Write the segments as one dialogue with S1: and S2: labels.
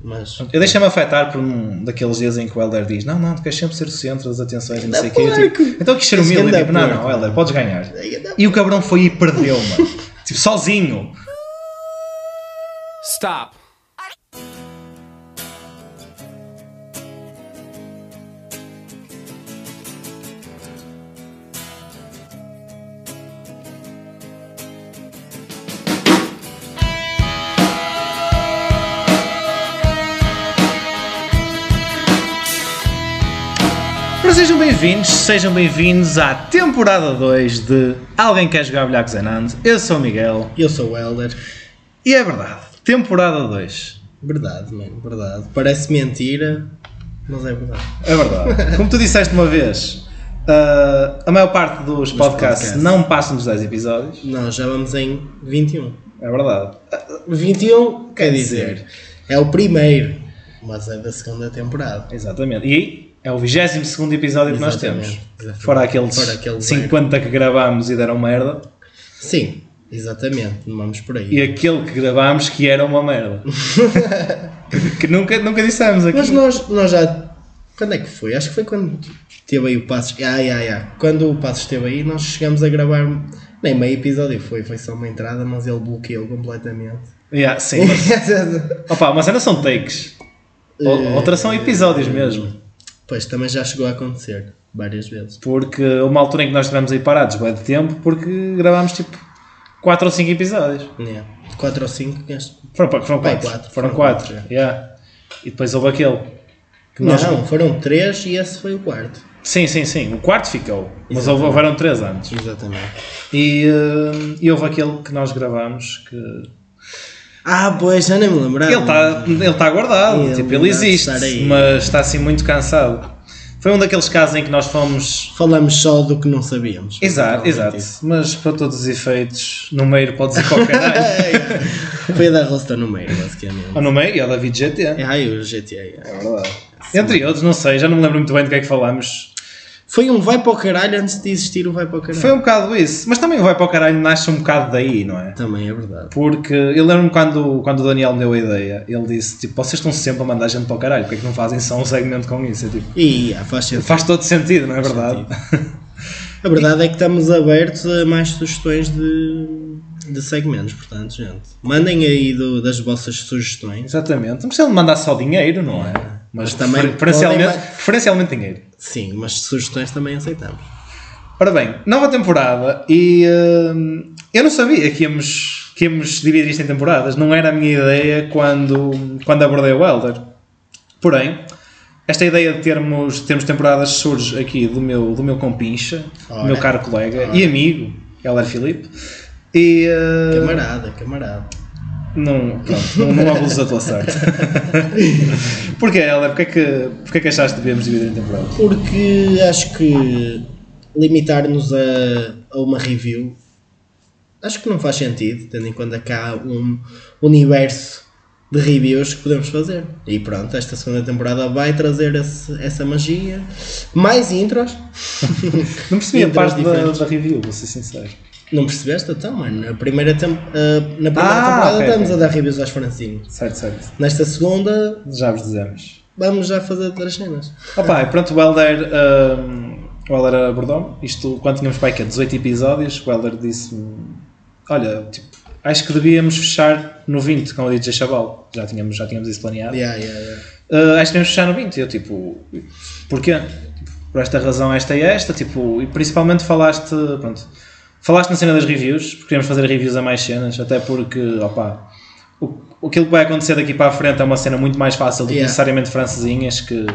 S1: Mas.
S2: Eu deixei-me afetar por um daqueles dias em que o Helder diz: Não, não, tu queres sempre ser o centro das atenções e não sei o quê. Eu, tipo, Então quis ser
S1: Esse
S2: humilde.
S1: ganda
S2: Tipo, não, não,
S1: porco.
S2: Helder, podes ganhar. E o cabrão foi e perdeu, mano. tipo, sozinho.
S3: Stop.
S2: Mas sejam bem-vindos, sejam bem-vindos à temporada 2 de Alguém Quer Jogar Bilhar com Zenando. Eu sou o Miguel.
S1: Eu sou o Helder.
S2: E é verdade, temporada 2.
S1: Verdade, mano, verdade. Parece mentira, mas é verdade.
S2: É verdade. Como tu disseste uma vez, ah, a maior parte dos podcasts
S1: podcasts.
S2: não passam dos 10 episódios.
S1: Nós já vamos em 21.
S2: É verdade.
S1: 21 quer dizer, é o primeiro, mas é da segunda temporada.
S2: Exatamente. E aí é o 22 episódio que nós
S1: Exatamente,
S2: temos.
S1: exatamente.
S2: Fora aqueles
S1: Fora aquele
S2: 50 que gravámos e deram merda.
S1: Sim, exatamente, não vamos por aí.
S2: E aquele que gravámos que era uma merda. que nunca, nunca dissemos aqui.
S1: Mas nós, nós já. Quando é que foi? Acho que foi quando teve aí o Passos. Ah, yeah, yeah. Quando o Passos esteve aí, nós chegamos a gravar. Nem meio episódio foi, foi só uma entrada, mas ele bloqueou completamente.
S2: Yeah, sim, mas, opa, mas ainda são takes.
S1: Eh,
S2: Ou- Outra são episódios mesmo.
S1: pois também já chegou a acontecer várias vezes.
S2: Porque houve uma altura em que nós estivemos aí parados, bem de tempo, porque gravámos tipo 4 ou 5 episódios.
S1: Yeah. 4 É, ou 5 neste.
S2: Foram 4. Foram
S1: Bem,
S2: 4.
S1: quatro,
S2: foram
S1: foram
S2: quatro,
S1: quatro, é.
S2: yeah. E depois houve aquele. que
S1: Não,
S2: nós-
S1: foram 3 e esse foi o quarto.
S2: Sim, sim, sim. O quarto ficou. Mas
S1: Exatamente.
S2: houve- houveram três antes.
S1: Exatamente.
S2: E, eh, e houve aquele que nós gravámos que.
S1: Ah, pois, já nem me lembrava.
S2: Ele está ele tá guardado,
S1: Ele
S2: tipo,
S1: deve
S2: ele existe,
S1: estar aí.
S2: mas está assim muito cansado. Foi um daqueles casos em que nós fomos.
S1: Falamos só do que não sabíamos.
S2: Exato, exato. Mas para todos os efeitos, no meio pode dizer qualquer nada.
S1: Foi da Rosta no meio, basicamente.
S2: Ou no meio, e ao David GT. É
S1: Ah, o GTA.
S2: verdade. Entre outros, não sei, já não me lembro muito bem do que é que falámos.
S1: Foi um vai para o caralho antes de existir o vai para o caralho.
S2: Foi um bocado isso, mas também o vai para o caralho, nasce um bocado daí, não é?
S1: Também é verdade.
S2: Porque eu lembro-me quando, quando o Daniel me deu a ideia, ele disse: Tipo, vocês estão sempre a mandar gente para o caralho, porque é que não fazem só um segmento com isso? Eu, tipo,
S1: E ah, faz sentido.
S2: faz todo sentido, não é verdade?
S1: A verdade é que estamos abertos a mais sugestões de, de segmentos, portanto, gente. Mandem aí do- das vossas sugestões.
S2: Exatamente, mas se ele mandar só dinheiro, não é? Mas,
S1: Mas também
S2: prefer- preferencialmente,
S1: podem-
S2: preferencialmente dinheiro.
S1: Sim, mas sugestões também aceitamos.
S2: Ora bem, nova temporada e hum, eu não sabia que íamos, que íamos dividir isto em temporadas, não era a minha ideia quando, quando abordei o Elder. Porém, esta ideia de termos, de termos temporadas surge aqui do meu, do meu compincha, do
S1: Ora.
S2: meu caro colega e amigo, Elder Filipe. E
S1: Ah.
S2: hum,
S1: Camarada, camarada.
S2: não, pronto, não, não abuses da tua sorte. Porquê, Elder? Porquê que, porquê que achaste que devíamos dividir em temporadas?
S1: Porque acho que limitar-nos a, a uma review acho que não faz sentido, tendo em conta que há um universo de reviews que podemos fazer. E pronto, esta segunda temporada vai trazer esse- essa magia. Mais intros.
S2: Não percebi a
S1: Entre as
S2: parte da,
S1: diferentes.
S2: da review, vou ser sincero.
S1: Não percebeste? Então, mano, na primeira, tem- ah, na primeira
S2: Ah,
S1: temporada
S2: ok,
S1: estamos
S2: ok.
S1: a dar reviews aos francinhos.
S2: Certo, certo.
S1: Nesta segunda,
S2: Já vos dizemos.
S1: vamos já fazer outras cenas.
S2: Opa, e pronto, o Helder, hum, o Helder abordou isto quando tínhamos pai que é 18 episódios, o Helder disse-me, olha, tipo, acho que devíamos fechar no 20 com o DJ Chaval. Já tínhamos, já tínhamos isso planeado.
S1: Yeah, yeah, yeah.
S2: Uh, acho que devemos fechar no 20. E Eu, tipo, porquê? Por esta razão, esta e esta, tipo, e principalmente falaste, pronto, falaste na cena das reviews, porque queremos fazer reviews a mais cenas, até porque, opá, o, aquilo que vai acontecer daqui para a frente é uma cena muito mais fácil do que
S1: Yeah.
S2: necessariamente francesinhas, que,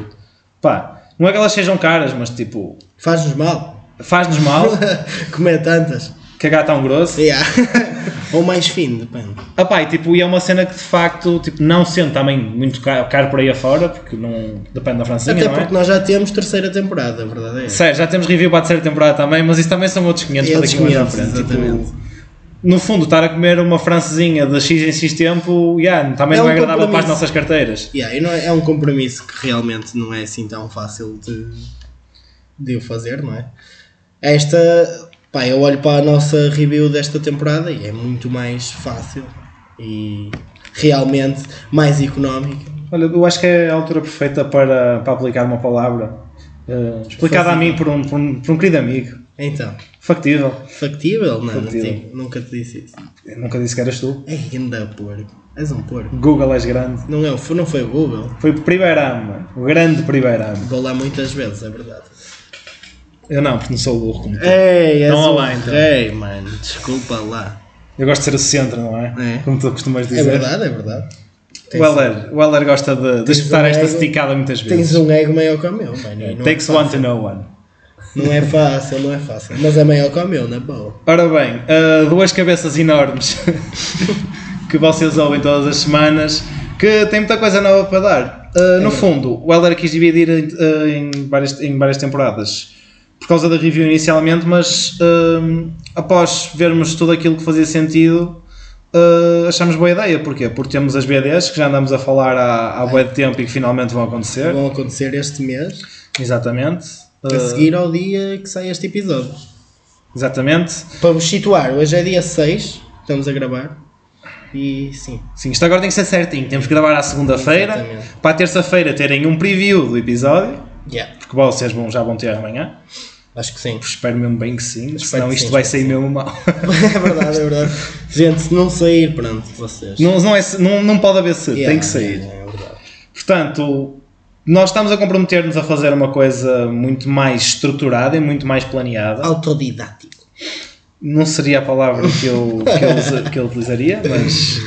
S2: pá, não é que elas sejam caras, mas, tipo,
S1: Faz-nos mal.
S2: faz-nos mal,
S1: Comer é, tantas.
S2: cagar tão é um grosso.
S1: Yeah. Ou mais fino, depende.
S2: Opá, e, tipo, e é uma cena que, de facto, tipo, não sendo também muito caro, caro por aí afora, porque não depende da francesinha,
S1: Até
S2: não é?
S1: porque nós já temos terceira temporada, a verdade é. essa.
S2: Sério, já temos review para a terceira temporada também, mas isso também são outros 500 para
S1: Eles
S2: daqui mais à
S1: conhecem,
S2: frente.
S1: exatamente.
S2: Tipo, no fundo, estar a comer uma francesinha de X em X tempo, yeah, também
S1: É
S2: não é
S1: um
S2: agradável para as
S1: compromisso.
S2: nossas carteiras.
S1: Yeah, e não é, é um compromisso que realmente não é assim tão fácil de, de o fazer, não é? Esta, pá, eu olho para a nossa review desta temporada e é muito mais fácil e realmente mais económica.
S2: Olha, eu acho que é a altura perfeita para, para aplicar uma palavra eh, explicada a mim por um, por, um, por um querido amigo.
S1: Então,
S2: Factível.
S1: factível? Não, não
S2: Factível.
S1: digo, nunca te disse isso.
S2: Eu nunca disse que eras tu.
S1: Ei, anda porco. És um porco.
S2: Google és grande.
S1: Não, é, o- não foi o Google.
S2: Foi o Primeirama, o grande Primeirama.
S1: Vou lá muitas vezes, é verdade.
S2: Eu não, porque não sou burro como tu.
S1: Ei, és
S2: Não há
S1: um
S2: lá, então.
S1: rei, mano. Desculpa lá.
S2: Eu gosto de ser o centro, não é?
S1: É.
S2: Como tu costumas
S1: É
S2: dizer.
S1: verdade, é verdade. Tens,
S2: O Heller, o Heller gosta de, de espetar
S1: um
S2: esta
S1: ego-
S2: esticada muitas
S1: tens
S2: vezes.
S1: um ego maior que o meu, mano. e Não,
S2: Takes one to know one.
S1: não é fácil, não é fácil. Mas é maior que o meu, na boa.
S2: Ora bem, ah, duas cabeças enormes que vocês ouvem todas as semanas, que tem muita coisa nova para dar. Ah, no
S1: verdade.
S2: fundo, o Heller quis dividir ah, em, várias, em várias temporadas por causa da review inicialmente, mas ah, após vermos tudo aquilo que fazia sentido, ah, achamos boa ideia. Porquê? Porque temos as BDs que já andamos a falar há, há bué de tempo e que finalmente vão acontecer.
S1: Vão acontecer este mês,
S2: Exatamente.
S1: a
S2: Ah,
S1: seguir ao dia que sai este episódio.
S2: Exatamente.
S1: Para vos situar, hoje é dia 6, estamos a gravar. E sim,
S2: Sim, isto agora tem que ser certinho. Temos que gravar à segunda-feira.
S1: Exatamente.
S2: Para a terça-feira terem um preview do episódio.
S1: yeah,
S2: Porque vocês vão, já vão ter amanhã.
S1: acho que sim.
S2: Espero mesmo bem que sim. senão
S1: que
S2: isto
S1: sim,
S2: vai
S1: espero
S2: sair mesmo mal.
S1: é verdade, é verdade. Gente, se não sair, pronto, vocês.
S2: não, não, é, não, não pode haver se.
S1: Yeah,
S2: tem que sair.
S1: yeah, é verdade.
S2: Portanto, nós estamos a comprometer-nos a fazer uma coisa muito mais estruturada e muito mais planeada.
S1: Autodidático.
S2: Não seria a palavra que eu, que eu, usa- que eu utilizaria, mas.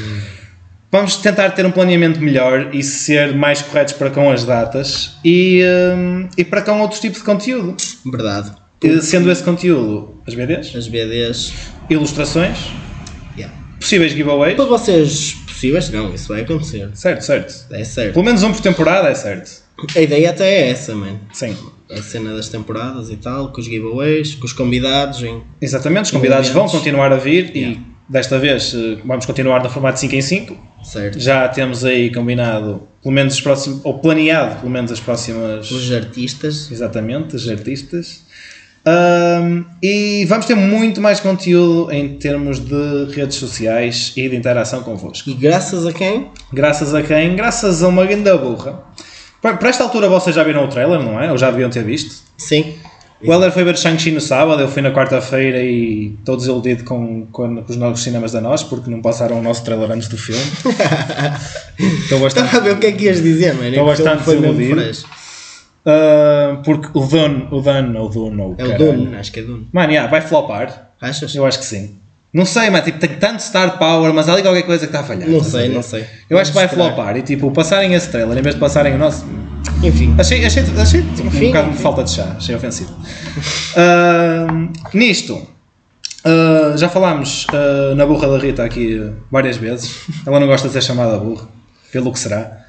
S2: Vamos tentar ter um planeamento melhor e ser mais corretos para com as datas e, hum, e para com outros tipos de conteúdo.
S1: Verdade.
S2: Eh, Sendo esse conteúdo as BDs,
S1: As BDs.
S2: ilustrações,
S1: Yeah. É
S2: possíveis giveaways.
S1: Para vocês possíveis, não, isso vai acontecer.
S2: Certo, certo.
S1: É certo.
S2: Pelo menos um por temporada é certo.
S1: A ideia até é essa, mano.
S2: Sim.
S1: A cena das temporadas e tal, com os giveaways, com os convidados. Em...
S2: Exatamente, os convidados vão
S1: Convidados.
S2: continuar a vir
S1: Yeah.
S2: e desta vez eh, vamos continuar no formato 5 em 5.
S1: Certo.
S2: Já temos aí combinado, pelo menos os próximos, ou planeado pelo menos as próximas.
S1: Os artistas.
S2: Exatamente, os artistas. Ahm, e vamos ter muito mais conteúdo em termos de redes sociais e de interação convosco.
S1: E graças a quem?
S2: Graças a quem? Graças a uma grande burra. Para para esta altura vocês já viram o trailer, não é? Ou já deviam ter visto.
S1: Sim.
S2: O Helder foi ver Shang-Chi no sábado, eu fui na quarta-feira e estou desiludido com, com os novos cinemas da nós, porque não passaram o nosso trailer antes do filme. Estou bastante
S1: Estava a ver o que é que ias dizer, mano.
S2: Estou
S1: Porque ele
S2: bastante
S1: foi mesmo
S2: desiludido.
S1: fresco.
S2: Ah, porque o Dune, o Dune, ou o Dune, ou
S1: É o Dune, acho que é Dune.
S2: Mano, yeah, vai flopar.
S1: Achas?
S2: Eu acho que sim. Não sei, mas tipo, tem tanto star power, mas há ali qualquer coisa que está a falhar.
S1: Não
S2: estás a
S1: sei,
S2: ver?
S1: não sei.
S2: Eu acho que vai
S1: Vamos esperar.
S2: flopar e tipo, passarem esse trailer em vez de passarem o nosso.
S1: Enfim.
S2: Achei, achei, achei um
S1: Enfim,
S2: bocado de
S1: enfim.
S2: falta de chá, achei ofensivo. Ahm, nisto, ah, já falámos ah, na burra da Rita aqui ah, várias vezes. Ela não gosta de ser chamada burra, pelo que será.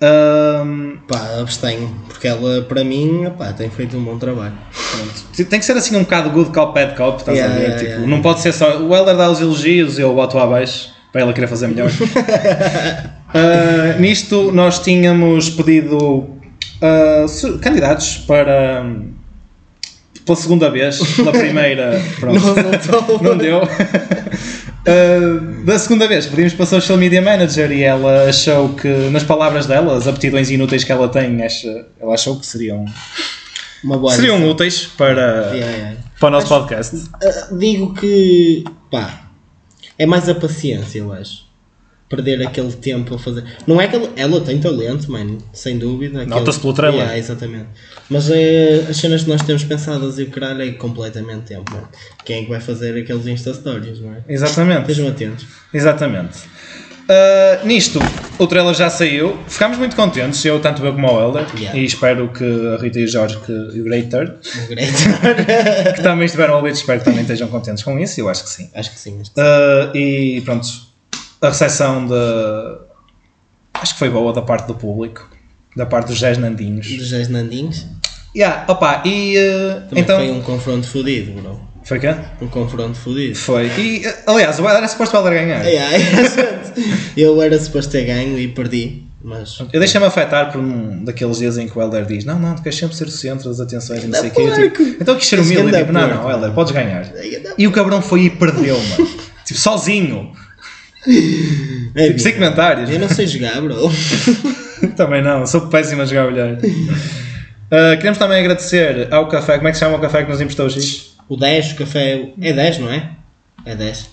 S2: Ahm,
S1: Pá, abstenho. Porque ela, para mim, pá, tem feito um bom trabalho.
S2: Pronto. Tem que ser assim um bocado good cop, bad cop, estás
S1: Yeah,
S2: a ver?
S1: yeah,
S2: tipo,
S1: yeah.
S2: Não pode ser só. O Elder dá os elogios, eu boto abaixo para ela querer fazer melhor. Ah, nisto, nós tínhamos pedido ah, su- candidatos para. hum, pela segunda vez, pela primeira. Pronto.
S1: Não resultou.
S2: Não deu. Ah, da segunda vez, pedimos para a Social Media Manager e ela achou que, nas palavras dela, as aptidões inúteis que ela tem, acha- ela achou que seriam
S1: Uma boa
S2: seriam úteis para,
S1: Yeah, yeah.
S2: para o nosso podcast.
S1: Ah, digo que pá, é mais a paciência, eu acho. Perder aquele tempo a fazer. Não é que ela, ela tem talento, mano, sem dúvida. aquele-
S2: Nota-se pelo trailer.
S1: Yeah, exatamente. Mas é, as cenas que nós temos pensadas e o caralho é completamente tempo, mano. Quem é que vai fazer aqueles Insta Stories, não é?
S2: Exatamente.
S1: Estejam atentos.
S2: Exatamente. Uh, nisto, o trailer já saiu. Ficámos muito contentes, eu tanto eu como o Elder,
S1: Yeah.
S2: e espero que a Rita e o Jorge que, e o Greater,
S1: Um grande-
S2: que também estiveram ouvidos, espero que também estejam contentes com isso, eu acho que sim.
S1: acho que sim. acho que
S2: Uh, e pronto, a recepção da. Acho que foi boa da parte do público, da parte dos 10
S1: sim.
S2: Nandinhos.
S1: Dos Jais Nandinhos.
S2: Yeah, opa, e. uh,
S1: Também
S2: então.
S1: foi um confronto fodido, bro.
S2: Foi quê?
S1: Um confronto fodido.
S2: Foi. E, uh, aliás, o Elder era suposto o Elder ganhar.
S1: Ai, ai, gente. eu era suposto ter ganho e perdi, mas.
S2: Eu deixei-me afetar por um daqueles dias em que o Helder diz: Não, não, tu queres sempre ser o centro das atenções e não sei o quê. Eu, tipo,
S1: porco.
S2: Então quis ser
S1: Esse
S2: humilde.
S1: ganda
S2: Tipo, não, não,
S1: porco.
S2: Helder, podes ganhar. E o cabrão foi e perdeu, mano. tipo, sozinho.
S1: É,
S2: Tipo, sem comentários.
S1: Eu não sei jogar, bro.
S2: também não, sou péssimo a jogar bilhar. Uh, queremos também agradecer ao café, como é que se chama o café que nos emprestou o X?
S1: O 10, o café. É 10, não é? É 10.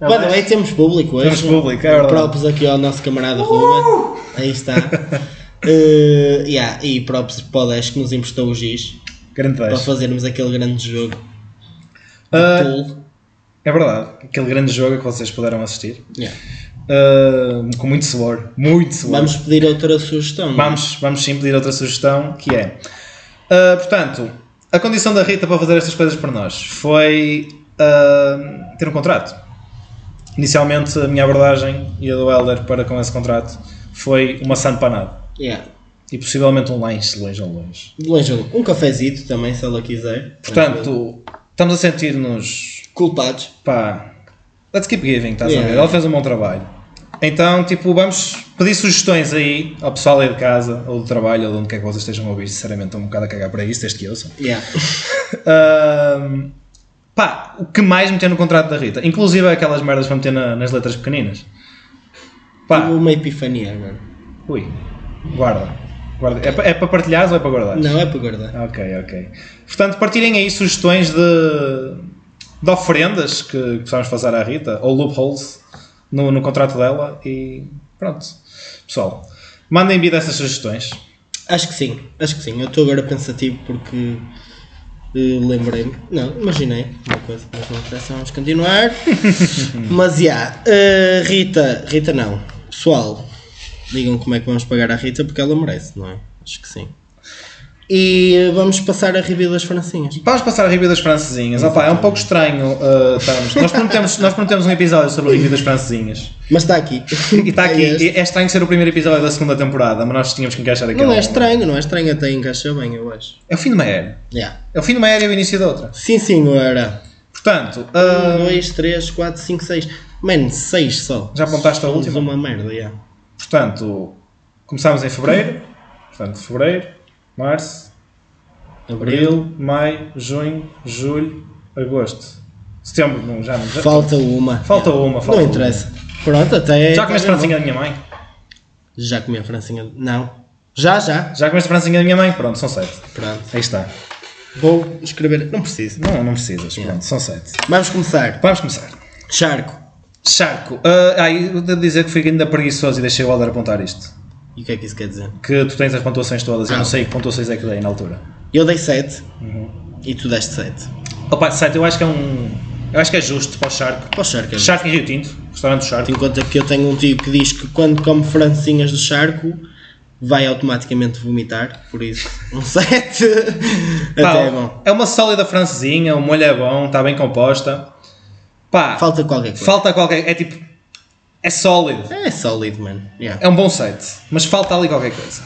S2: É o
S1: By the
S2: 10.
S1: way, temos público hoje.
S2: Temos público, é verdade. Uh!
S1: Props aqui ao nosso camarada Ruben. Aí está. Eh, yeah, e props para o 10 que nos emprestou o giz
S2: Grande
S1: para
S2: 10.
S1: fazermos aquele grande jogo.
S2: Ah,
S1: Pool.
S2: é verdade, aquele grande jogo que vocês puderam assistir.
S1: Yeah.
S2: Ah, com muito suor, muito suor.
S1: Vamos pedir outra sugestão. não é?
S2: Vamos, vamos sim pedir outra sugestão que é. ah, portanto, a condição da Rita para fazer estas coisas por nós foi ah, ter um contrato. Inicialmente, a minha abordagem e a do Helder para com esse contrato foi uma sampanada
S1: Yeah.
S2: e possivelmente um lanche, de longe a longe.
S1: De longe, um cafezito também, se ela quiser.
S2: Portanto, estamos a sentir-nos
S1: culpados.
S2: pá, let's keep giving, estás a ver?
S1: Yeah.
S2: Ela fez um bom trabalho. Então, tipo, vamos pedir sugestões aí ao pessoal aí de casa, ou do trabalho, ou de onde quer que vocês estejam a ouvir. Sinceramente, estou um bocado a cagar para isso, desde que ouçam.
S1: Yeah.
S2: Ahm, pá, o que mais meter no contrato da Rita? Inclusive aquelas merdas para meter na- nas letras pequeninas.
S1: Tive
S2: Pá,
S1: uma epifania, mano.
S2: ui, guarda. guarda. É, pa- é para partilhares ou é para guardares?
S1: Não é para guardar.
S2: Ok, ok. Portanto, partilhem aí sugestões de, de oferendas que que possamos fazer à Rita, ou loopholes no, no contrato dela e pronto. Pessoal, mandem vida essas sugestões.
S1: Acho que sim, acho que sim. Eu estou agora pensativo porque eh, lembrei-me. Não, imaginei uma coisa, mas não interessa, vamos continuar. mas já, eh, Rita, Rita não. Pessoal, digam como é que vamos pagar à Rita porque ela merece, não é? Acho que sim. E eh, vamos passar a review das francinhas.
S2: Vamos passar a review das francesinhas. Opa, é um pouco estranho uh, estarmos- Nós prometemos, nós prometemos um episódio sobre a review das francesinhas.
S1: Mas está aqui.
S2: E está aqui.
S1: É este.
S2: É estranho ser o primeiro episódio da segunda temporada, mas nós tínhamos que encaixar aqui.
S1: Não é estranho, não é estranho, até encaixa bem, eu acho.
S2: É o fim de uma era.
S1: Já.
S2: É o fim de uma era e o início de outra.
S1: Sim, senhora.
S2: Portanto,
S1: 1,
S2: uh,
S1: 2, 3, 4, 5, 6. Mano, 6 só.
S2: já apontaste a
S1: Somos
S2: última?
S1: uma merda, já.
S2: Portanto, começámos em fevereiro. Portanto, fevereiro, março,
S1: Abril.
S2: abril, maio, junho, julho, agosto. Setembro, não, já não. Já,
S1: Falta uma.
S2: falta uma, falta
S1: Não
S2: uma.
S1: interessa. Pronto, até.
S2: Já comeste francinha da minha mãe?
S1: Já comi a francinha. Não. Já, já.
S2: Já comeste francinha da minha mãe? Pronto, são sete.
S1: Pronto.
S2: Aí está.
S1: Vou escrever. Não preciso.
S2: Não, não precisas. Pronto, são sete.
S1: Vamos começar.
S2: Vamos começar.
S1: Charco.
S2: Charco, ah, ah, eu devo dizer que fui ainda preguiçoso e deixei o Alder apontar isto.
S1: E o que é que isso quer dizer?
S2: Que tu tens as pontuações todas, eu
S1: Ah.
S2: não sei que pontuações é que dei na altura.
S1: Eu dei 7
S2: Uhum.
S1: e tu deste 7.
S2: Opa, sete, eu acho que é um. Eu acho que é justo para o Charco.
S1: Para o Charco. é
S2: Charco e Rio Tinto, restaurante do Charco.
S1: Tendo em conta que eu tenho um tio que diz que quando come francinhas de charco vai automaticamente vomitar, por isso um 7
S2: Pá,
S1: até é bom.
S2: é uma sólida francesinha, o molho é bom, está bem composta. Pá, falta,
S1: Falta qualquer coisa.
S2: qualquer. É tipo. É sólido.
S1: É sólido, mano. Yeah.
S2: É um bom site, mas falta ali qualquer coisa.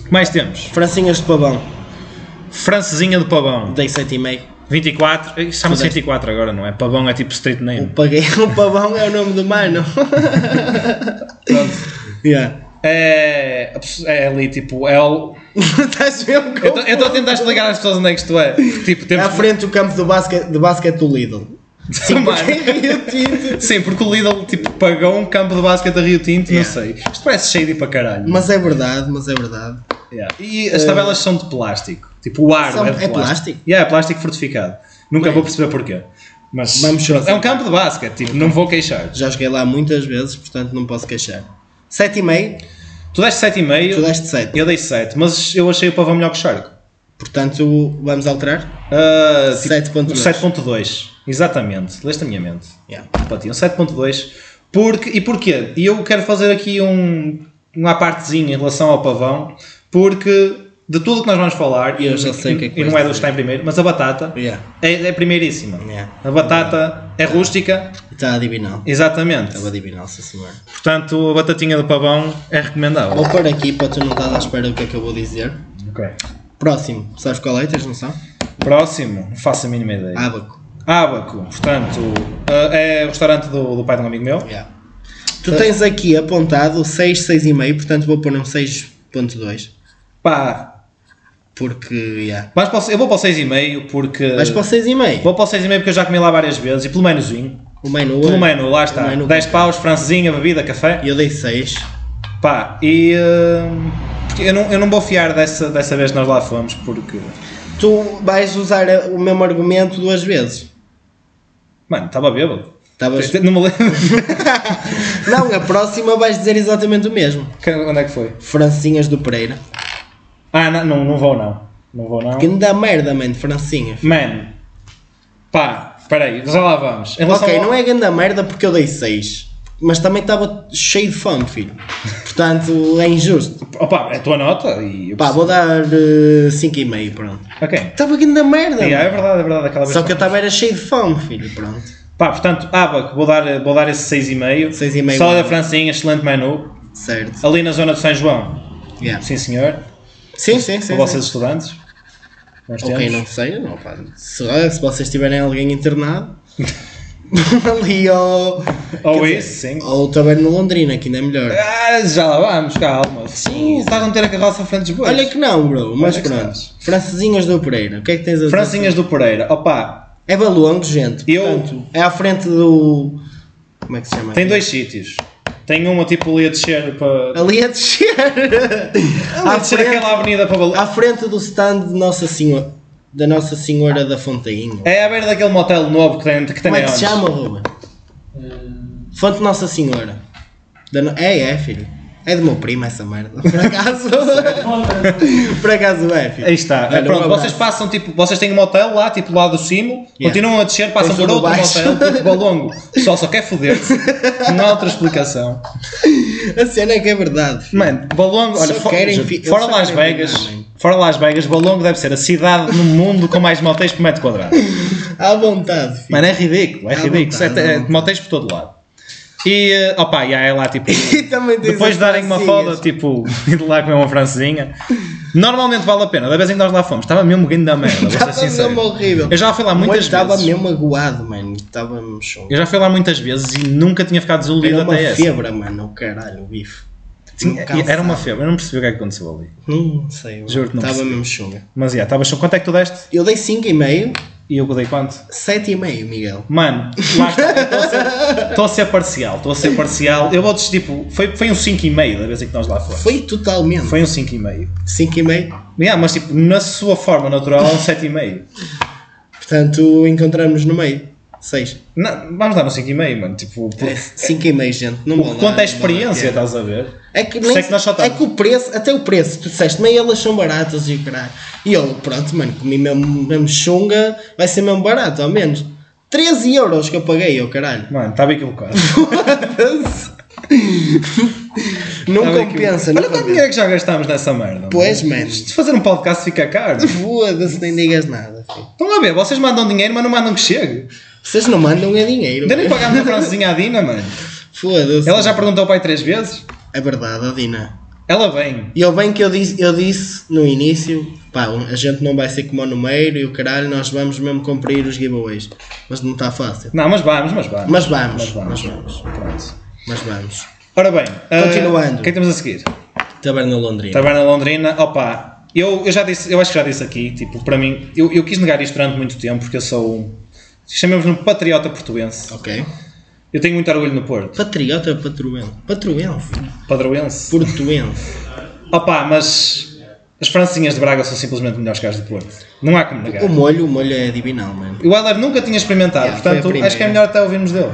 S2: O que mais temos?
S1: Francinhas de pavão,
S2: Francesinha do Pavão.
S1: dei 7,5.
S2: 24. Ih, eh, Chama-se 24 agora, não é? Pavão é tipo street
S1: Eu
S2: name.
S1: Paguei o pavão, é o nome do mano.
S2: Pronto.
S1: yeah.
S2: É, é ali tipo L.
S1: Estás mesmo com...
S2: Eu estou a tentar explicar às pessoas onde é que isto é. Tipo,
S1: À
S2: temos.
S1: frente do campo de basquete, de basquete do Lidl. Sim,
S2: Mano.
S1: porque é Rio Tinto.
S2: Sim, porque o Lidl tipo, pagou um campo de basquete da Rio Tinto,
S1: Yeah.
S2: não sei. Isto parece cheio de ir para caralho.
S1: Mas é verdade, mas é verdade.
S2: Yeah. E as tabelas são de plástico. Tipo, o ar
S1: Eh, São-
S2: é de
S1: é
S2: plástico.
S1: plástico?
S2: Yeah, é plástico fortificado. Nunca
S1: Bem.
S2: vou perceber porquê. Mas
S1: Vamos
S2: pronto, é um
S1: fazer.
S2: campo de basquete, tipo, não vou queixar.
S1: Já joguei lá muitas vezes, portanto não posso queixar. 7,5,
S2: Tu deste
S1: tu
S2: 7,5,
S1: deste 7.
S2: eu dei 7, mas eu achei o pavão melhor que o Charco.
S1: Portanto, vamos alterar?
S2: Ah, tipo,
S1: 7.2.
S2: 7.2, exatamente. Leste a minha mente. um
S1: Yeah.
S2: Platinum 7.2. Porque, e porquê? E eu quero fazer aqui um, uma partezinha em relação ao pavão, porque de tudo o que nós vamos falar,
S1: Eu
S2: e-
S1: já sei o que é que
S2: e não
S1: vais
S2: é do que está em primeiro, mas a batata
S1: Yeah.
S2: é, é primeiríssima.
S1: Yeah.
S2: A batata é rústica,
S1: Está adivinal.
S2: exatamente.
S1: Estava adivinal, sim senhor.
S2: Portanto, a batatinha do pavão é recomendável.
S1: Vou pôr aqui para tu não estás à espera do que é que eu vou dizer. Próximo, sabes qual é? Tens noção?
S2: Próximo, não faço a mínima ideia.
S1: Abaco.
S2: Abaco, portanto, ah, é o restaurante do, do pai de um amigo meu.
S1: Yeah. Tu tens aqui apontado 6, 6,5, portanto vou pôr um 6.2.
S2: Pá,
S1: Porque, yeah.
S2: mas posso, eu vou para o 6,5 porque.
S1: Mas para o 6,5,
S2: Vou para o 6,5 porque eu já comi lá várias vezes e pelo menos um.
S1: o menu
S2: Pelo menos, lá está.
S1: Pelo menu.
S2: 10 paus, francesinha, bebida, café.
S1: eu dei 6.
S2: Pá, e. hum, porque eu, não, eu não vou fiar dessa, dessa vez que nós lá fomos, porque.
S1: Tu vais usar a- o mesmo argumento duas vezes.
S2: Mano, estava bêbado.
S1: Estavas-
S2: Não me lembro.
S1: Não, a próxima vais dizer exatamente o mesmo.
S2: Que- Onde é que foi?
S1: Francinhas do Pereira.
S2: Ah, não, não, não vou não. Não vou não.
S1: Que ainda dá merda, mano, de Francinhas.
S2: Mano, pá, peraí, já lá vamos. Em relação
S1: Ok,
S2: ao-
S1: não é grande merda porque eu dei 6. Mas também estava cheio de fome, filho. Portanto, é injusto.
S2: Opa, é a tua nota e. eu
S1: Pá, vou dar eh, 5,5, pronto.
S2: perce- Ok.
S1: Estava grande merda.
S2: Yeah, é
S1: mano.
S2: verdade, é verdade, aquela vez.
S1: Só que eu estava era cheio de fome, filho, pronto.
S2: Pá, portanto, Abac, vou dar, vou dar esse 6,5.
S1: 6,5.
S2: Sala da Francinha, excelente menu.
S1: Certo.
S2: Ali na zona de São João,
S1: Yeah.
S2: sim senhor.
S1: Sim, sim, sim.
S2: Para
S1: sim.
S2: vocês estudantes. Nós
S1: Ok, não
S2: temos.
S1: sei, não, pá. Se, se vocês tiverem alguém internado, ali ao.
S2: Ou
S1: quer
S2: isso, sim.
S1: Ou também no Londrina, que ainda é melhor.
S2: Ah, já lá vamos, calma. Sim, estás a meter a carroça à frente dos bois.
S1: Olha que não, bro, mas
S2: Olha que
S1: pronto.
S2: sabes.
S1: Francesinhas do Pereira, o que é que tens a dizer?
S2: Francinhas do Pereira, opa,
S1: É balongo, gente.
S2: Eu-
S1: Portanto, é à frente do. Como é que se chama?
S2: tem
S1: aquilo?
S2: dois sítios. Tem uma tipo ali a descer para.
S1: Ali a descer.
S2: é a
S1: à,
S2: descer
S1: Ah, frente,
S2: aquela avenida para Bal-
S1: à frente do stand de Nossa Senhora, da Nossa Senhora da Fontainha.
S2: É a beira daquele motel novo que tem, que tem
S1: Como é que se
S2: neons.
S1: chama, Ruben? Fonte Nossa Senhora. Da no- É, é, filho. É do meu primo essa merda. Por acaso. Por acaso é, filho.
S2: Aí está.
S1: Olha,
S2: É, pronto,
S1: um abraço.
S2: vocês passam, tipo, vocês têm um motel lá, tipo lá do cimo,
S1: Yeah.
S2: continuam a descer, passam
S1: Depois
S2: por
S1: do
S2: outro
S1: baixo.
S2: motel, tipo balongo. O pessoal só quer foder-se. Não há outra explicação.
S1: A cena é que é verdade. filho.
S2: Mano, Balongo, olha,
S1: Só
S2: fo-
S1: querem
S2: gente,
S1: fi- eles
S2: fora
S1: só
S2: Las
S1: querem
S2: Vegas,
S1: ganhar, mano.
S2: fora Las Vegas, Balongo deve ser a cidade no mundo com mais motéis por metro quadrado.
S1: À vontade, filho.
S2: Mano, é ridículo, é
S1: À
S2: ridículo.
S1: vontade,
S2: É- é-
S1: à
S2: é
S1: vontade.
S2: motéis por todo lado. E, eh, opá, e aí é lá, tipo,
S1: E também assim, tens
S2: depois
S1: as
S2: de darem uma
S1: francinhas.
S2: foda, tipo, ir lá comer uma francesinha, normalmente vale a pena. Da vez em que nós lá fomos, estava mesmo ganho da merda, vou ser
S1: Estava mesmo
S2: sincero.
S1: horrível.
S2: Eu já fui lá
S1: Mas
S2: muitas
S1: estava
S2: vezes.
S1: mesmo aguado, mano. Estava mesmo show.
S2: Eu já fui lá muitas vezes e nunca tinha ficado desiludido
S1: Era uma
S2: até essa.
S1: febre, um mano. O caralho, o bife.
S2: Sim,
S1: Calçado.
S2: era uma febre, eu não percebi o que é que aconteceu ali.
S1: Hum, Não sei, mano.
S2: Juro-te, não
S1: Estava
S2: percebi.
S1: mesmo chunga.
S2: Mas, já, estava show. Quanto é que tu deste?
S1: Eu dei 5,5.
S2: E eu dei quanto?
S1: 7,5, Miguel.
S2: Mano, lá está. Estou a ser- Estou a ser parcial, estou a ser parcial. Eu vou dizer, tipo, foi, foi um 5,5 da vez em que nós lá fomos.
S1: Foi totalmente.
S2: Foi um 5,5.
S1: 5,5.
S2: Yeah, mas, tipo, na sua forma natural é um 7,5.
S1: Portanto, encontramos no meio. 6.
S2: Não, Vamos dar um 5,5, mano. Tipo, por-
S1: 5,5, gente. É, Não
S2: o
S1: vou lá,
S2: que conta é a
S1: não vou lá
S2: experiência,
S1: ter.
S2: estás a ver?
S1: É que,
S2: Por isso
S1: nem,
S2: é que nós só
S1: é
S2: estamos.
S1: que o preço, até o preço, tu disseste, meio elas são baratas e o caralho. E eu, pronto, mano, comi mesmo, mesmo chunga, vai ser mesmo barato, ao menos. 13 euros que eu paguei, eu caralho.
S2: Mano, estava equivocado.
S1: Não compensa,
S2: Estava Tá equivocado.
S1: não
S2: Olha quanto
S1: compensa.
S2: dinheiro é que já gastámos nessa merda.
S1: Pois,
S2: mano.
S1: mano.
S2: Isto de fazer um podcast fica caro.
S1: Foda-se, nem digas nada. filho.
S2: Estão a ver, vocês mandam dinheiro, mas não mandam que chegue.
S1: Vocês não mandam é dinheiro.
S2: Ainda nem
S1: mano.
S2: pagámos a francesinha à Dina, mano.
S1: Foda-se.
S2: Ela já perguntou ao pai três vezes.
S1: É verdade, Adina.
S2: Ela vem.
S1: E eu bem que eu disse, eu disse no início, pá, um, a gente não vai ser como o Numeiro e o caralho, nós vamos mesmo cumprir os giveaways. Mas não está fácil.
S2: Não, mas vamos, mas vamos.
S1: Mas vamos,
S2: Mas
S1: mas
S2: vamos.
S1: vamos.
S2: Pronto.
S1: Mas vamos.
S2: Ora bem, ah,
S1: Continuando.
S2: O que é que temos a seguir?
S1: Taberna Londrina.
S2: Taberna Então, Londrina, opa, eu, eu já disse, eu acho que já disse aqui, tipo, para mim, eu, eu quis negar isto durante muito tempo, porque eu sou um, chamemos-me um patriota portuense.
S1: Ok.
S2: Eu tenho muito orgulho no Porto,
S1: Patriota patruense. Patruense.
S2: padroense.
S1: Portuense.
S2: Opa, mas as francinhas de Braga são simplesmente melhores que as do Porto. Não há como negar.
S1: O molho, o molho é divinal, mano.
S2: O Heller nunca tinha experimentado,
S1: Yeah, foi a
S2: portanto,
S1: primeira.
S2: acho que é melhor até ouvirmos dele.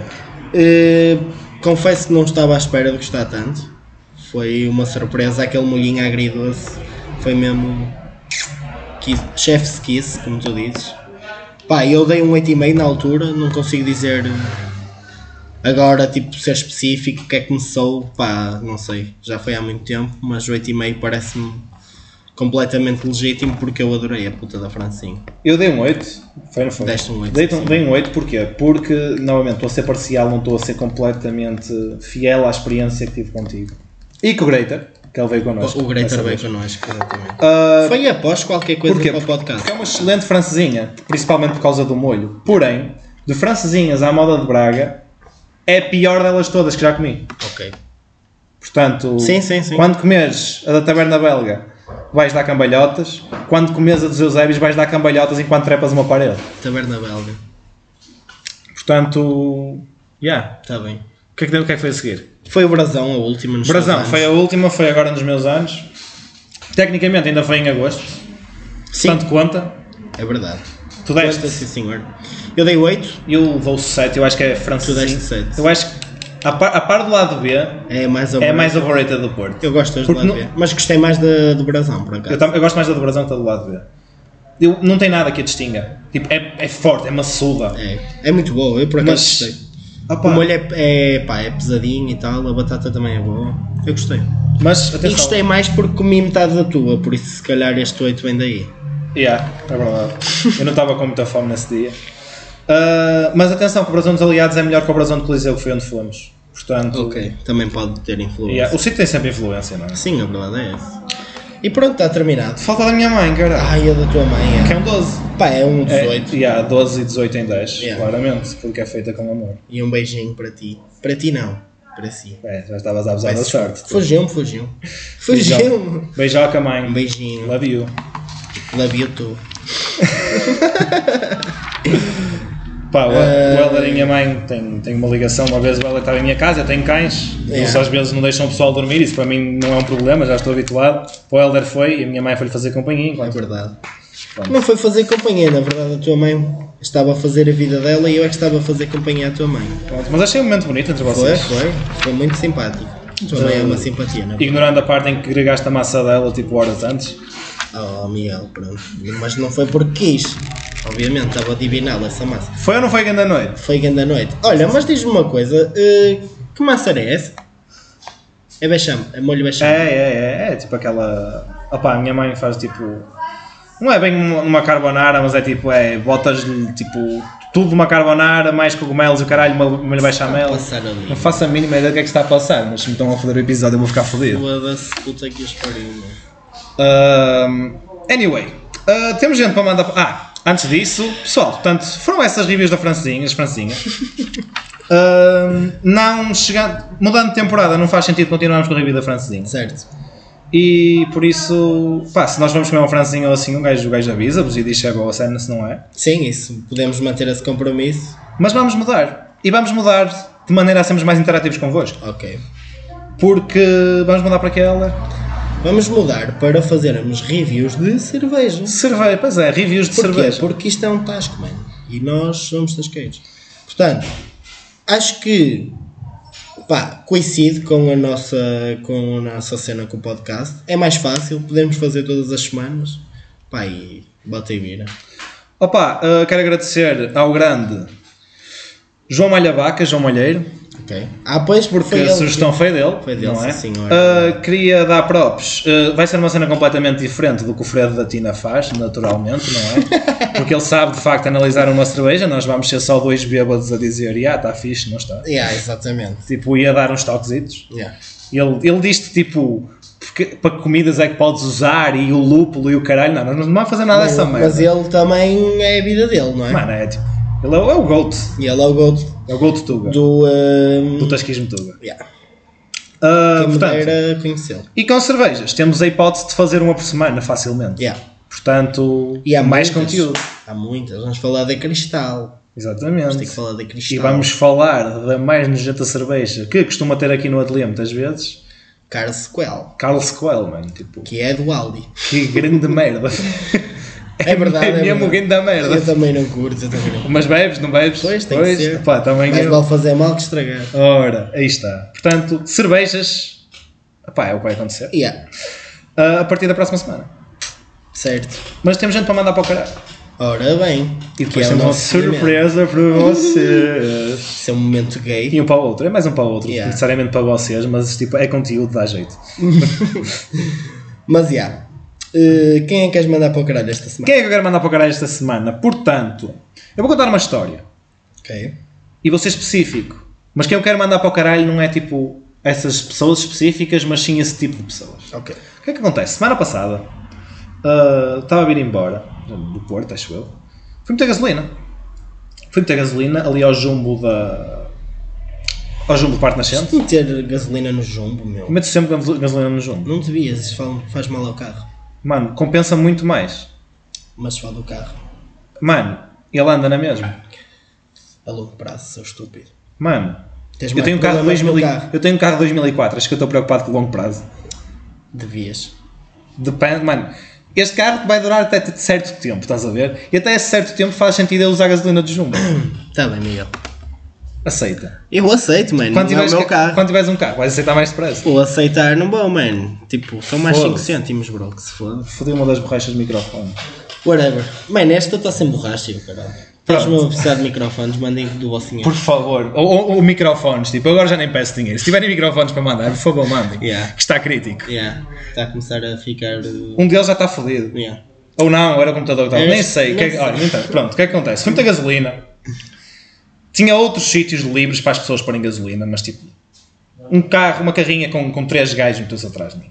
S1: Eh, confesso que não estava à espera de gostar tanto. Foi uma surpresa, aquele molhinho agridoce. Foi mesmo. kiss- Chef's kiss, como tu dizes. Pá, eu dei um 8,5 na altura, não consigo dizer agora, tipo, ser específico, o que é que me sou. Pá, não sei, já foi há muito tempo, mas 8,5 parece-me completamente legítimo porque eu adorei a puta da Francinha.
S2: Eu dei um 8. Foi, não foi?
S1: Deste um oito,
S2: Dei, dei um 8 porquê? Porque, novamente, estou a ser parcial, não estou a ser completamente fiel à experiência que tive contigo. E com o Greater, que ele veio connosco.
S1: O Greater
S2: dessa
S1: veio
S2: vez.
S1: connosco, exatamente.
S2: Ah,
S1: Foi após qualquer coisa
S2: porquê?
S1: para o podcast.
S2: Porque é uma excelente francesinha, principalmente por causa do molho. Porém, de francesinhas à moda de Braga, é a pior delas todas que já comi.
S1: Ok.
S2: Portanto,
S1: Sim, sim, sim.
S2: quando comeres a da taberna belga, vais dar cambalhotas. Quando comeres a dos Eusébios, vais dar cambalhotas enquanto trepas uma parede.
S1: Taberna Belga.
S2: Portanto, yeah.
S1: Está Tá bem.
S2: que é que, o que é que foi a seguir?
S1: Foi o Brasão a última nos seus
S2: Brasão,
S1: anos.
S2: foi a última, foi agora nos meus anos. Tecnicamente ainda foi em agosto.
S1: Sim.
S2: Tanto conta.
S1: É verdade.
S2: Tu
S1: Gosta,
S2: deste.
S1: sim senhor. Eu dei 8,
S2: Eu vou 7, eu acho que é
S1: Tu deste
S2: francês.
S1: sete.
S2: Eu acho que a par, a par do lado B
S1: é mais ou
S2: é
S1: menos.
S2: mais overrated do Porto.
S1: Eu gosto dos do
S2: Porque
S1: lado
S2: não-
S1: B, mas gostei mais da- do Brasão, por acaso.
S2: Eu, tam- eu gosto mais da do Brasão que da do lado B. Eu, não tem nada que a distinga. Tipo, é, é forte, é maçuda.
S1: É, é muito boa, eu por acaso
S2: Mas-
S1: gostei.
S2: Opa,
S1: O molho é, é, pá, é pesadinho e tal, a batata também é boa. Eu gostei.
S2: Mas
S1: E
S2: atenção.
S1: gostei mais porque comi metade da tua, por isso se calhar este 8 vem daí.
S2: Yeah, é verdade. Eu não estava com muita fome nesse dia. Ah, mas atenção, que o Brasão dos Aliados é melhor que o Brasão do Coliseu, que foi onde fomos. Portanto,
S1: Ok. Também pode ter influência.
S2: yeah, o sítio tem sempre influência, não é?
S1: Sim, a verdade é essa. E pronto, está terminado.
S2: Falta da minha mãe, caralho.
S1: Ai, a da tua mãe
S2: Que
S1: é.
S2: é um 12.
S1: Pá, é um
S2: É,
S1: 18.
S2: yeah, 12 e 18 em 10,
S1: Yeah.
S2: claramente, porque é feita com amor.
S1: E um beijinho para ti. Para ti não, para si.
S2: É, já estavas a abusar da
S1: Peço
S2: sorte. tu.
S1: Fugiu-me, fugiu. Fugiu-me.
S2: Beijoca, mãe.
S1: Um beijinho.
S2: Love you.
S1: Love you too.
S2: Pá, o,
S1: Eh,
S2: o Helder e a minha mãe têm, têm uma ligação. Uma vez o Helder estava em minha casa, eu tenho cães, eles
S1: Yeah.
S2: às vezes não deixam o pessoal dormir, isso para mim não é um problema, já estou habituado. O Helder foi e a minha mãe foi-lhe fazer companhia
S1: É
S2: enquanto.
S1: verdade.
S2: Pronto.
S1: Não foi fazer companhia, na verdade, a tua mãe estava a fazer a vida dela e eu é que estava a fazer companhia à tua mãe.
S2: Pronto, Mas achei um momento bonito entre
S1: Foi,
S2: vocês.
S1: foi. Foi muito simpático. A tua mãe é uma simpatia, não é?
S2: Ignorando a parte em que gregaste a massa dela, tipo horas antes.
S1: Oh, Miguel, pronto. Mas não foi porque quis. Obviamente, estava adivinhada essa massa.
S2: Foi ou não foi grande a noite?
S1: Foi grande a noite. Olha, mas diz-me uma coisa. eh, que massa era essa? É bexame, é molho
S2: É,
S1: bexame.
S2: é, é, é tipo aquela. Opá, a minha mãe faz tipo. Não é bem uma uma carbonara, mas é tipo, é. Botas-lhe tipo. Tudo de uma carbonara, mais cogumelos e o caralho, uma uma lhe bechamel.
S1: Passar ali.
S2: Não faço a mínima ideia do que é que se está a passar, mas se me estão a foder o episódio eu vou ficar fodido.
S1: Foda-se, puta que os pariu, mano.
S2: Ahm, anyway, ah, temos gente para mandar. Ah, antes disso, pessoal, portanto, foram essas reviews da Francinha, as Francinhas. Ahm, não chegando, mudando de temporada, não faz sentido continuarmos com a review da Francinha.
S1: Certo.
S2: E por isso, pá, se nós vamos comer uma Francinha ou assim, um gajo, o gajo avisa-vos e diz se é boa ou se é- se não é.
S1: Sim, isso. Podemos manter esse compromisso.
S2: Mas vamos mudar. E vamos mudar de maneira a sermos mais interativos convosco.
S1: Ok.
S2: Porque vamos mudar para aquela.
S1: Vamos mudar para fazermos reviews de cerveja.
S2: Cerveja, pois é, reviews de
S1: Porquê?
S2: cerveja.
S1: Porque isto é um tasco, mano. E nós somos tasqueiros. Portanto, acho que pá, coincide com a, nossa, com a nossa cena com o podcast. É mais fácil, podemos fazer todas as semanas. Pá, e bota e vira.
S2: Opa, eh, quero agradecer ao grande João Malhavaca, João Malheiro,
S1: Ok? Ah, pois, porque
S2: que
S1: foi
S2: a
S1: ele
S2: sugestão foi dele.
S1: Foi dele,
S2: não é?
S1: sim, senhora.
S2: Eh, queria dar props. Eh, vai ser uma cena completamente diferente do que o Fred da Tina faz, naturalmente, não é? Porque ele sabe de facto analisar uma cerveja. Nós vamos ser só dois bêbados a dizer, ah, está fixe, não está.
S1: que- Yeah, exatamente.
S2: Tipo, ia dar uns toquezitos.
S1: Yeah.
S2: Ele, ele diz-te tipo. porque- Para que comidas é que podes usar e o lúpulo e o caralho, não, nós não vamos fazer nada dessa merda.
S1: Mas ele também é a vida dele, não é?
S2: Mano, é tipo. Ele é o, é o GOAT.
S1: E ele é o gold
S2: É o GOAT Tuga. Do,
S1: do. ehm,
S2: Tasquismo Tuga.
S1: yeah.
S2: Ah,
S1: Quem me
S2: portanto,
S1: dera conhecê-lo.
S2: e com cervejas, temos a hipótese de fazer uma por semana facilmente.
S1: Yeah.
S2: Portanto,
S1: E há
S2: mais
S1: muitas.
S2: conteúdo.
S1: Há muitas. Vamos falar da Cristal. Vamos ter que
S2: Exatamente.
S1: falar da
S2: E
S1: Cristal.
S2: vamos falar da mais nojenta cerveja que costuma ter aqui no ateliê muitas vezes.
S1: Cara Sequel,
S2: Carl Squell, mano. Tipo,
S1: que é do Aldi.
S2: que grande merda.
S1: É verdade,
S2: É,
S1: é
S2: mesmo
S1: verdade.
S2: grande da merda. É
S1: Eu também não curto, eu também não curto.
S2: Mas bebes, não bebes?
S1: Pois, tem que ser.
S2: Pá, também
S1: Mais
S2: eu.
S1: vale fazer mal que estragar.
S2: Ora, aí está. Portanto, cervejas. Pá, é o que vai acontecer.
S1: Yeah,
S2: Ah, a partir da próxima semana.
S1: certo.
S2: Mas temos gente para mandar para o caralho.
S1: Ora bem.
S2: E
S1: que
S2: depois
S1: é o
S2: temos uma
S1: nosso segmento.
S2: surpresa para vocês.
S1: Isso é um momento gay.
S2: E um para o outro, é mais um para o outro,
S1: Yeah.
S2: necessariamente para vocês, mas tipo, é conteúdo, dá jeito.
S1: Mas já. Eh, quem é que queres mandar para o caralho esta semana?
S2: Quem é que eu quero mandar para o caralho esta semana? Portanto, eu vou contar uma história,
S1: Ok.
S2: e vou ser específico, mas quem eu quero mandar para o caralho não é tipo essas pessoas específicas, mas sim esse tipo de pessoas.
S1: Ok.
S2: O que é que acontece? Semana passada ah, estava a vir embora do Porto, acho eu. Fui meter gasolina. Fui meter gasolina ali ao jumbo da. ao jumbo do Parque Nascente.
S1: Meter gasolina no jumbo, meu.
S2: Meto sempre gaso- gasolina no jumbo.
S1: Não devias, isso fala- faz mal ao carro.
S2: Mano, compensa muito mais.
S1: Mas fala do carro.
S2: Mano, ele anda na mesma.
S1: A longo prazo, sou estúpido.
S2: Mano,
S1: Tens
S2: Eu
S1: mais
S2: tenho, um carro de
S1: problemas no
S2: 2000, e-
S1: carro.
S2: eu tenho um carro de 2004, acho que eu estou preocupado com o longo prazo.
S1: Devias.
S2: Depende, mano. Este carro vai durar até t- certo tempo, estás a ver? E até esse certo tempo faz sentido eu usar a gasolina de jumbo.
S1: Tá bem, Miguel.
S2: Aceita.
S1: Eu aceito, mano.
S2: Quando
S1: Não é o
S2: tiveres,
S1: meu
S2: ca-
S1: carro.
S2: quando tiveres um carro, vais aceitar mais depressa.
S1: Ou aceitar não vou, mano. Tipo, são mais 5
S2: Foda-se.
S1: cêntimos, bro, que se foda.
S2: Fodeu uma das borrachas do microfone.
S1: Whatever. Mano, esta está sem borracha, eu caralho. Estás mesmo a precisar de microfones, mandem do vosso dinheiro.
S2: Por favor, ou, ou- ou microfones, tipo, eu agora já nem peço dinheiro. Se tiverem microfones para mandar, por favor, mandem.
S1: Yeah.
S2: Que está crítico.
S1: Yeah. Está a começar a ficar. uh,
S2: Um deles já está fodido.
S1: Yeah.
S2: Ou não, era o computador que estava.
S1: Era
S2: Nem
S1: isso,
S2: sei.
S1: nem
S2: Que é-
S1: sei.
S2: olha, então, pronto, o que é que acontece? Foi muita gasolina. Tinha outros sítios livres para as pessoas porem gasolina, mas tipo, um carro, uma carrinha com, com três gajos metidos atrás de mim.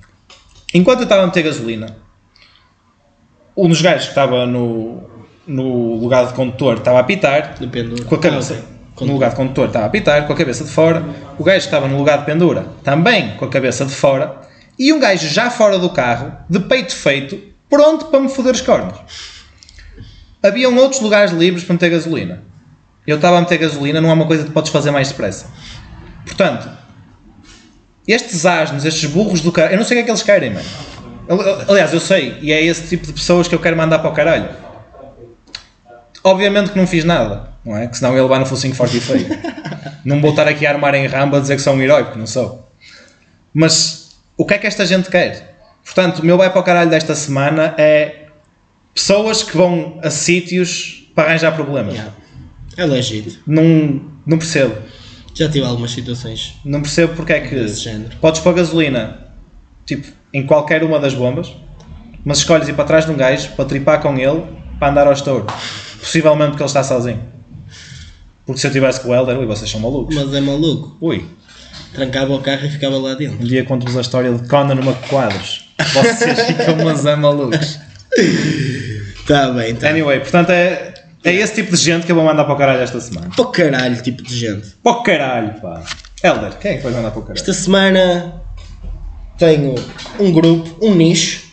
S2: Enquanto eu estava a meter gasolina, um dos gajos que estava no, no lugar de condutor estava a pitar,
S1: No pendura.
S2: com a cabeça.
S1: Ah, ok.
S2: No lugar de condutor estava a pitar, com a cabeça de fora. O gajo que estava no lugar de pendura, também com a cabeça de fora. E um gajo já fora do carro, de peito feito, pronto para me foder os cornos. Haviam outros lugares livres para meter gasolina. Eu estava a meter gasolina, não é uma coisa que podes fazer mais depressa. Portanto, estes asnos, estes burros do caralho, eu não sei o que é que eles querem, mano. Ali- Aliás, eu sei, e é esse tipo de pessoas que eu quero mandar para o caralho. Obviamente que não fiz nada, não é? Que senão eu ia levar no focinho forte e feio. não vou estar aqui a armar em ramba a dizer que sou um herói, porque não sou. Mas o que é que esta gente quer? Portanto, o meu vai para o caralho desta semana é pessoas que vão a sítios para arranjar problemas.
S1: Yeah. É legítimo.
S2: Não, não percebo.
S1: Já tive algumas situações
S2: Não percebo porque é que
S1: Desse género.
S2: podes pôr gasolina tipo, em qualquer uma das bombas, mas escolhes ir para trás de um gajo para tripar com ele para andar aos touros. Possivelmente porque ele está sozinho. Porque se eu estivesse com o Helder, ui, vocês são malucos.
S1: Mas é maluco.
S2: Ui,
S1: Trancava o carro e ficava lá dentro.
S2: um dia conto-vos a história de Conan numa quadros. Vocês ficam, mas é malucos.
S1: Tá bem, tá.
S2: Anyway, portanto é, é esse tipo de gente que eu vou mandar para o caralho esta semana.
S1: Pô caralho, tipo de gente.
S2: Para o caralho, pá. Helder, quem é que vais mandar para o caralho?
S1: Esta semana tenho um grupo, um nicho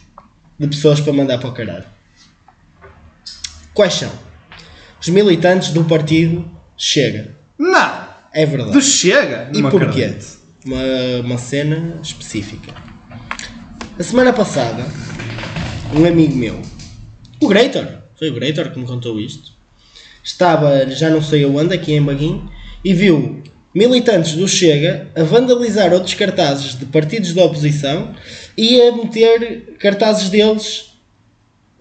S1: de pessoas para mandar para o caralho. Quais são? Os militantes do partido Chega.
S2: Não!
S1: É verdade.
S2: Do Chega!
S1: E
S2: Não
S1: porquê?
S2: acredito.
S1: Uma, uma cena específica. A semana passada, um amigo meu, o Greitor, foi o Greitor que me contou isto, estava já não sei aonde, aqui em Baguim, e viu militantes do Chega a vandalizar outros cartazes de partidos da oposição e a meter cartazes deles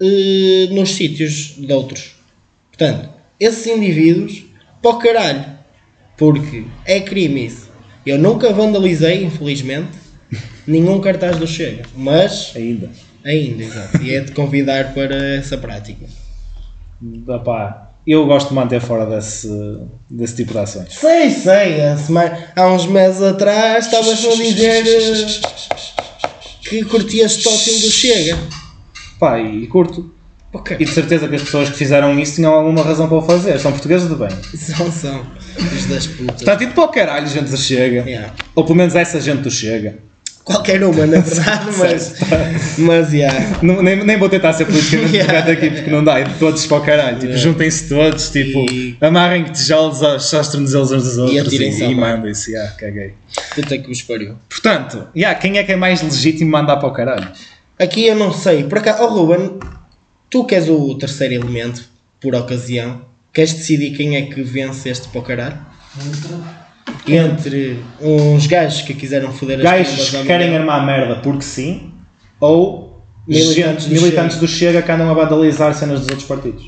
S1: eh, nos sítios de outros. Portanto, esses indivíduos, para o caralho, porque é crime isso. Eu nunca vandalizei, infelizmente, nenhum cartaz do Chega, mas
S2: Ainda.
S1: ainda, exato. E é de convidar para essa prática.
S2: Epá, eu gosto de manter fora desse, desse tipo de ações.
S1: Sei, sei, a semana- há uns meses atrás estavas a dizer eh, que curtias Tótil do Chega.
S2: Pá, e curto. E de certeza que as pessoas que fizeram isso tinham alguma razão para o fazer. São portugueses de bem.
S1: São, são. Os das putas.
S2: Está tido para o caralho, gente do Chega.
S1: Yeah.
S2: Ou pelo menos essa gente do Chega.
S1: Qualquer uma, na verdade, mas. Mas, é. yeah.
S2: Não- nem, nem vou tentar ser politicamente
S1: Yeah.
S2: correto aqui porque não dá. É de todos para o caralho. Tipo, Juntem-se todos, tipo,
S1: E-
S2: amarrem tijolos aos, aos tornozelos uns dos outros
S1: atirem-se ao
S2: e
S1: mar.
S2: mandem-se. Yeah, caguei.
S1: Puta que vos pariu.
S2: Portanto, yeah, quem é que é mais legítimo mandar para o caralho?
S1: Aqui eu não sei. Por acaso, oh Ruben, tu que és o terceiro elemento, por ocasião, queres decidir quem é que vence este para o caralho? Entre uns gajos que quiseram foder as
S2: gajos
S1: trombas ao
S2: que querem
S1: Miguel.
S2: armar merda porque sim, ou
S1: Militantes
S2: militantes,
S1: do
S2: militantes do Chega que andam a vandalizar cenas dos outros partidos.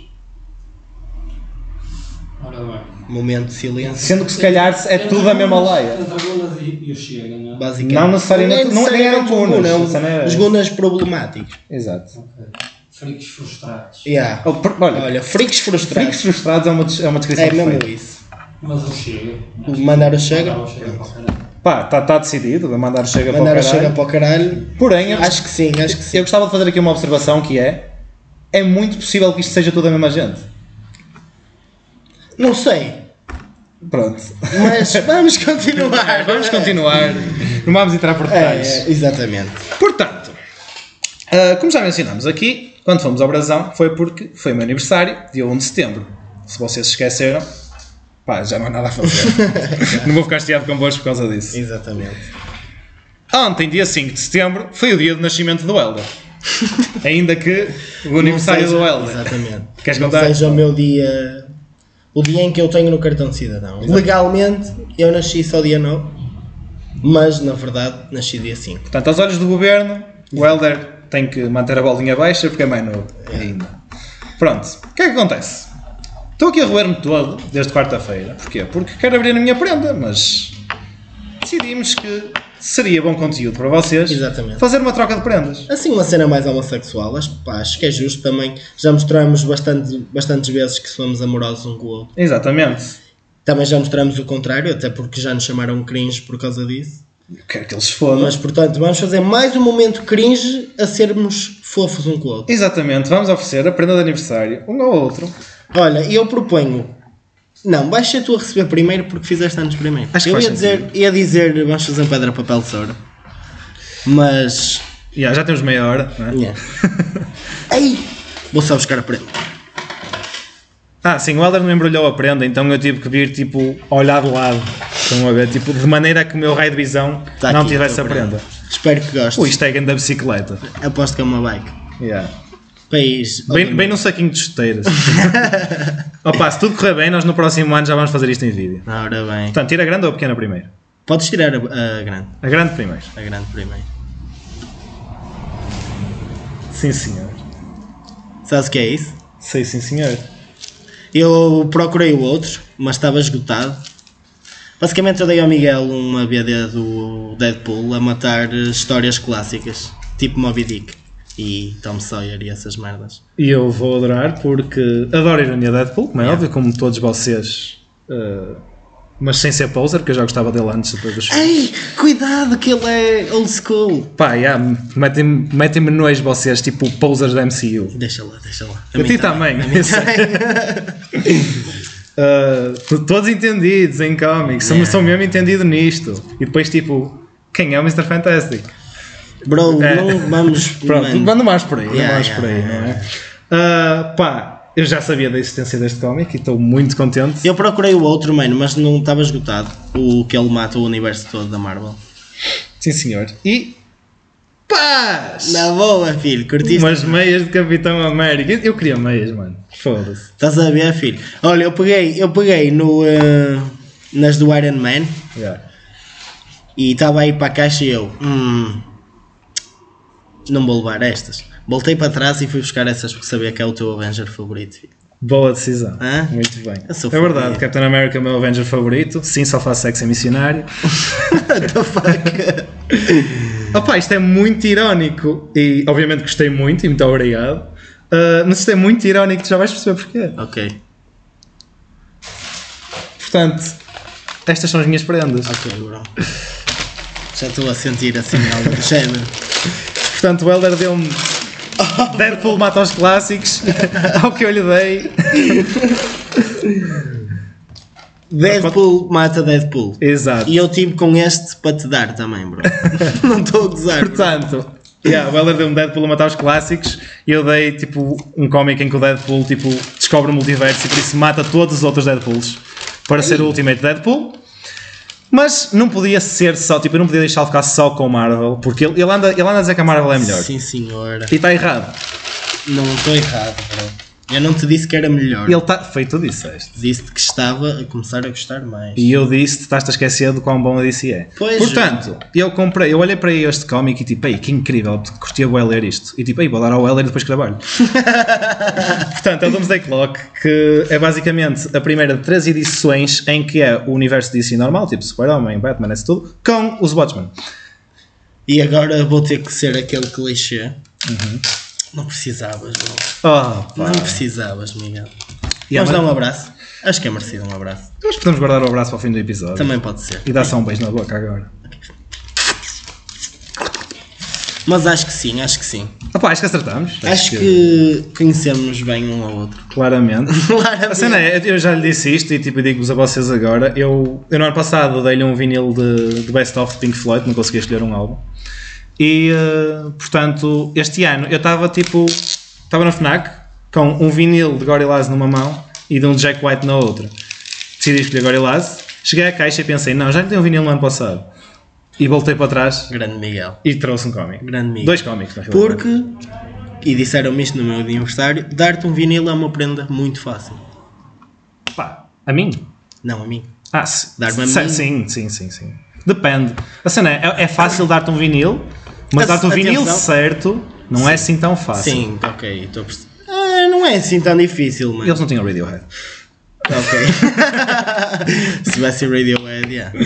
S3: Ora bem.
S1: Momento de silêncio.
S2: Sendo que se calhar é tudo a mesma laia.
S3: Entre Gunas e e o Chega, não é?
S1: Basicamente.
S2: Não necessariamente-
S1: é
S2: não- nem eram
S1: necessariamente um
S2: gunas,
S1: guna, é um-
S2: essa não era.
S1: Os gunas problemáticos.
S2: Exato.
S3: Ok. Fricos frustrados.
S1: Yeah.
S2: Oh, por- Olha,
S1: Olha, freaks frustrados.
S2: fricos frustrados é uma, des- é uma descrição
S1: É mesmo
S2: perfeita.
S1: isso.
S3: Mas o Chega.
S1: O Mandar o Chega.
S3: Não, o Chega para o caralho.
S2: Pá, está tá decidido, vai mandar o Chega
S1: Mandar
S2: para
S1: o
S2: o
S1: Chega
S2: caralho.
S1: para o caralho.
S2: Porém, eu,
S1: Acho que sim, acho que sim.
S2: eu gostava de fazer aqui uma observação que é é muito possível que isto seja tudo a mesma gente.
S1: Não sei.
S2: Pronto.
S1: Mas vamos continuar.
S2: Vamos continuar. Não vamos entrar por detalhes.
S1: Ah, É, exatamente.
S2: Portanto, ah, como já mencionámos aqui, quando um fomos ao Brasão foi porque foi o meu aniversário, dia 1 de setembro. Se vocês se esqueceram, Pá, já não há nada a fazer. não vou ficar chateado convosco por causa disso.
S1: Exatamente.
S2: Ontem, dia 5 de setembro, foi o dia do nascimento do Helder. Ainda que o aniversário
S1: Não
S2: do
S1: seja-
S2: Helder.
S1: Exatamente.
S2: Queres
S1: Não
S2: contar?
S1: seja o meu dia. O dia em que eu tenho no cartão de cidadão. Legalmente, eu nasci só dia 9, mas na verdade nasci dia 5.
S2: Portanto, aos olhos do governo, o Helder tem que manter a bolinha baixa porque é mais novo ainda. Pronto, o que é que acontece? Estou aqui a roer-me todo desde quarta-feira. Porquê? Porque quero abrir a minha prenda, mas decidimos que seria bom conteúdo para vocês
S1: Exatamente.
S2: fazer uma troca de prendas.
S1: Assim, uma cena mais homossexual, acho, pá, acho que é justo também. Já mostramos bastante, bastantes vezes que somos amorosos um com o outro.
S2: Exatamente.
S1: Também já mostramos o contrário, até porque já nos chamaram cringe por causa disso.
S2: Eu quero que eles se fodam.
S1: Mas, portanto, vamos fazer mais um momento cringe a sermos fofos um com o outro.
S2: Exatamente, vamos oferecer a prenda de aniversário um ao outro.
S1: Olha, eu proponho. Não, vais ser tu a receber primeiro porque fizeste anos primeiro.
S2: Acho que
S1: eu
S2: faz
S1: ia dizer, ia dizer, vamos fazer um pedra, papel, tesoura. Mas.
S2: ah, Já, já temos meia hora, não é?
S1: nhé. Ei! Vou só buscar a prenda.
S2: Ah, sim, o Helder não embrulhou a prenda, então eu tive que vir, tipo, a olhar de lado. Estão a ver? Tipo, de maneira que o meu raio de visão
S1: Tá
S2: não
S1: aqui
S2: tivesse a
S1: tua prenda.
S2: prenda.
S1: Espero que gostes.
S2: O Stegen da é bicicleta.
S1: Aposto que é uma bike.
S2: Yeah.
S1: País.
S2: Bem, bem num saquinho de chuteiras. Opa, se tudo correr bem, nós no próximo ano já vamos fazer isto em vídeo.
S1: Ora bem.
S2: Portanto, tira a grande ou a pequena primeiro?
S1: Podes tirar a, a grande.
S2: A grande primeiro.
S1: A grande primeiro.
S2: Sim, senhor.
S1: Sabes o que é isso?
S2: Sei, sim, senhor.
S1: Eu procurei o outro, mas estava esgotado. Basicamente eu dei ao Miguel uma BD do Deadpool a matar eh, histórias clássicas, tipo Moby Dick e Tom Sawyer e essas merdas.
S2: E eu vou adorar porque adoro a ironia de Deadpool, como é óbvio, como todos vocês. eh, mas sem ser poser, porque eu já gostava dele antes depois dos filmes.
S1: Ei, cuidado que ele é old school.
S2: Pá, yeah, metem-me metem nois vocês, tipo posers da MCU.
S1: Deixa lá, deixa lá. tá.
S2: A, ti também. Eu sei. Ah, t- todos entendidos em cómics, sou-
S1: Yeah.
S2: sou mesmo entendido nisto. E depois, tipo, quem é o Mr. Fantastic?
S1: Bro,
S2: É.
S1: não vamos...
S2: Pronto,
S1: mano.
S2: manda mais por aí, manda
S1: Yeah,
S2: mais
S1: yeah,
S2: por aí,
S1: yeah,
S2: não é? Ah, pá, eu já sabia da existência deste cómic e estou muito contente.
S1: Eu procurei o outro, mano, mas não estava esgotado. O que ele mata o universo todo da Marvel.
S2: Sim, senhor. E. Paz!
S1: Na boa, filho, curtiste.
S2: Umas meias de Capitão América. Eu queria meias, mano. Foda-se.
S1: Estás a ver, filho? Olha, eu peguei, eu peguei no, eh, nas do Iron Man
S2: Yeah.
S1: e estava aí para a caixa e eu. Hum, não vou levar estas. Voltei para trás e fui buscar essas porque sabia que é o teu Avenger favorito. filho.
S2: Boa decisão.
S1: Hã?
S2: Muito bem.
S1: Eu sou
S2: É verdade,
S1: fodido.
S2: Capitão América é o meu Avenger favorito. Sim, só faço sexo em missionário.
S1: What the fuck?
S2: Opa, isto é muito irónico. E obviamente gostei muito e muito obrigado. Ah, mas isto é muito irónico, tu já vais perceber porquê.
S1: ok,
S2: Portanto, estas são as minhas prendas.
S1: ok, bro. Já estou a sentir assim algo do género.
S2: Portanto, o Helder deu-me. Deadpool mata os clássicos. ao que eu lhe dei.
S1: Deadpool mata Deadpool.
S2: Exato.
S1: E eu tive com este para te dar também, bro. não estou a gozar. bro.
S2: Portanto, yeah, o Heller deu um Deadpool a matar os clássicos e eu dei tipo um cómic em que o Deadpool tipo, descobre o multiverso e por isso mata todos os outros Deadpools para ser o Ultimate Deadpool. Mas não podia ser só, tipo, eu não podia deixar ele ficar só com o Marvel, porque ele, ele anda, ele anda a dizer que a Marvel é melhor.
S1: Sim, senhora.
S2: E está errado.
S1: Não estou errado, bro. Eu não te disse que era melhor.
S2: Ele está. Foi, tu disseste.
S1: Disse-te que estava a começar a gostar mais.
S2: E eu disse, estás-te a esquecer do quão bom a DC é.
S1: Pois.
S2: Portanto, eu comprei, eu olhei para este cómic e tipo, ei, que incrível, curtia o ler isto. E tipo, ei, vou dar ao Heller e depois trabalho. Portanto, é o Doomsday Clock, que é basicamente a primeira de três edições em que é o universo DC normal, tipo Super-Homem, Batman, isso tudo, com os Watchmen.
S1: E agora vou ter que ser aquele clichê. Não precisavas, bro.
S2: Oh, Uhum. pá.
S1: Não precisavas, Miguel.
S2: E
S1: Vamos
S2: a
S1: dar
S2: mãe-
S1: um abraço. Acho que é merecido um abraço.
S2: Nós podemos guardar o abraço para o fim do episódio.
S1: Também pode ser.
S2: E dá só um beijo na boca agora.
S1: Mas acho que sim, acho que sim.
S2: Opá, acho que acertamos.
S1: Acho que conhecemos bem um ao outro.
S2: Claramente.
S1: Claramente.
S2: A cena é, eu já lhe disse isto e tipo, digo-vos a vocês agora. Eu, eu no ano passado dei-lhe um vinil de, de Best of de Pink Floyd, não consegui escolher um álbum. E eh, portanto, este ano eu estava tipo. Estava na Fnac com um vinil de Gorillaz numa mão e de um Jack White na outra. decidi escolher Gorillaz. Cheguei à caixa e pensei, não, já lhe dei um vinil no ano passado. E voltei para trás
S1: Grande Miguel.
S2: e trouxe um cómic.
S1: Grande Miguel.
S2: Dois cómics, na realidade.
S1: Porque, e disseram-me isto no meu aniversário, dar-te um vinil é uma prenda muito fácil.
S2: Pá, a mim?
S1: Não a mim.
S2: Ah, se,
S1: Dar-me a
S2: se-
S1: mim?
S2: Sim, sim, sim, sim. Depende. A cena é, é fácil dar-te um vinil,
S1: Mas,
S2: mas dar-te um vinil
S1: atenção.
S2: certo não é assim tão fácil.
S1: Sim, ok, estou a perceber. Ah, não é assim tão difícil, mano.
S2: Eles não tinham Radiohead.
S1: Ok. Se tivesse Radiohead, yeah.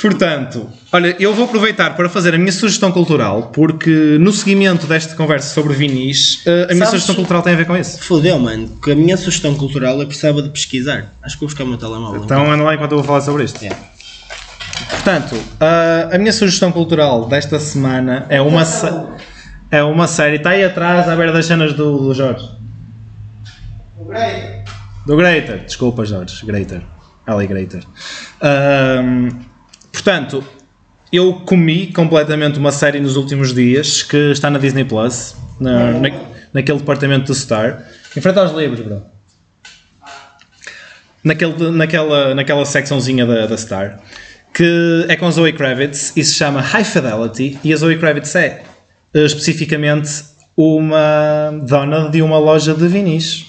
S2: Portanto, olha, eu vou aproveitar para fazer a minha sugestão cultural, porque no seguimento desta conversa sobre vinis, eh, a minha
S1: Sabes-
S2: sugestão cultural tem a ver com isso.
S1: Fodeu, mano, que a minha sugestão cultural eu precisava de pesquisar. Acho que vou buscar o meu telemóvel.
S2: Então anda lá enquanto eu vou falar sobre isto.
S1: Yeah.
S2: Portanto, ah, a- a minha sugestão cultural desta semana é uma, se- é uma série. Está aí atrás, à beira das cenas do, do Jorge. Do Greater, desculpa Jorge, Greater, Ali Greater. Ahm, portanto, eu comi completamente uma série nos últimos dias que está na Disney Plus, na, na, naquele departamento do Star. Enfrenta aos livros, bro. Naquele, naquela, naquela secçãozinha da, da Star, que é com Zoe Kravitz e se chama High Fidelity. E a Zoe Kravitz é eh, especificamente uma dona de uma loja de vinis.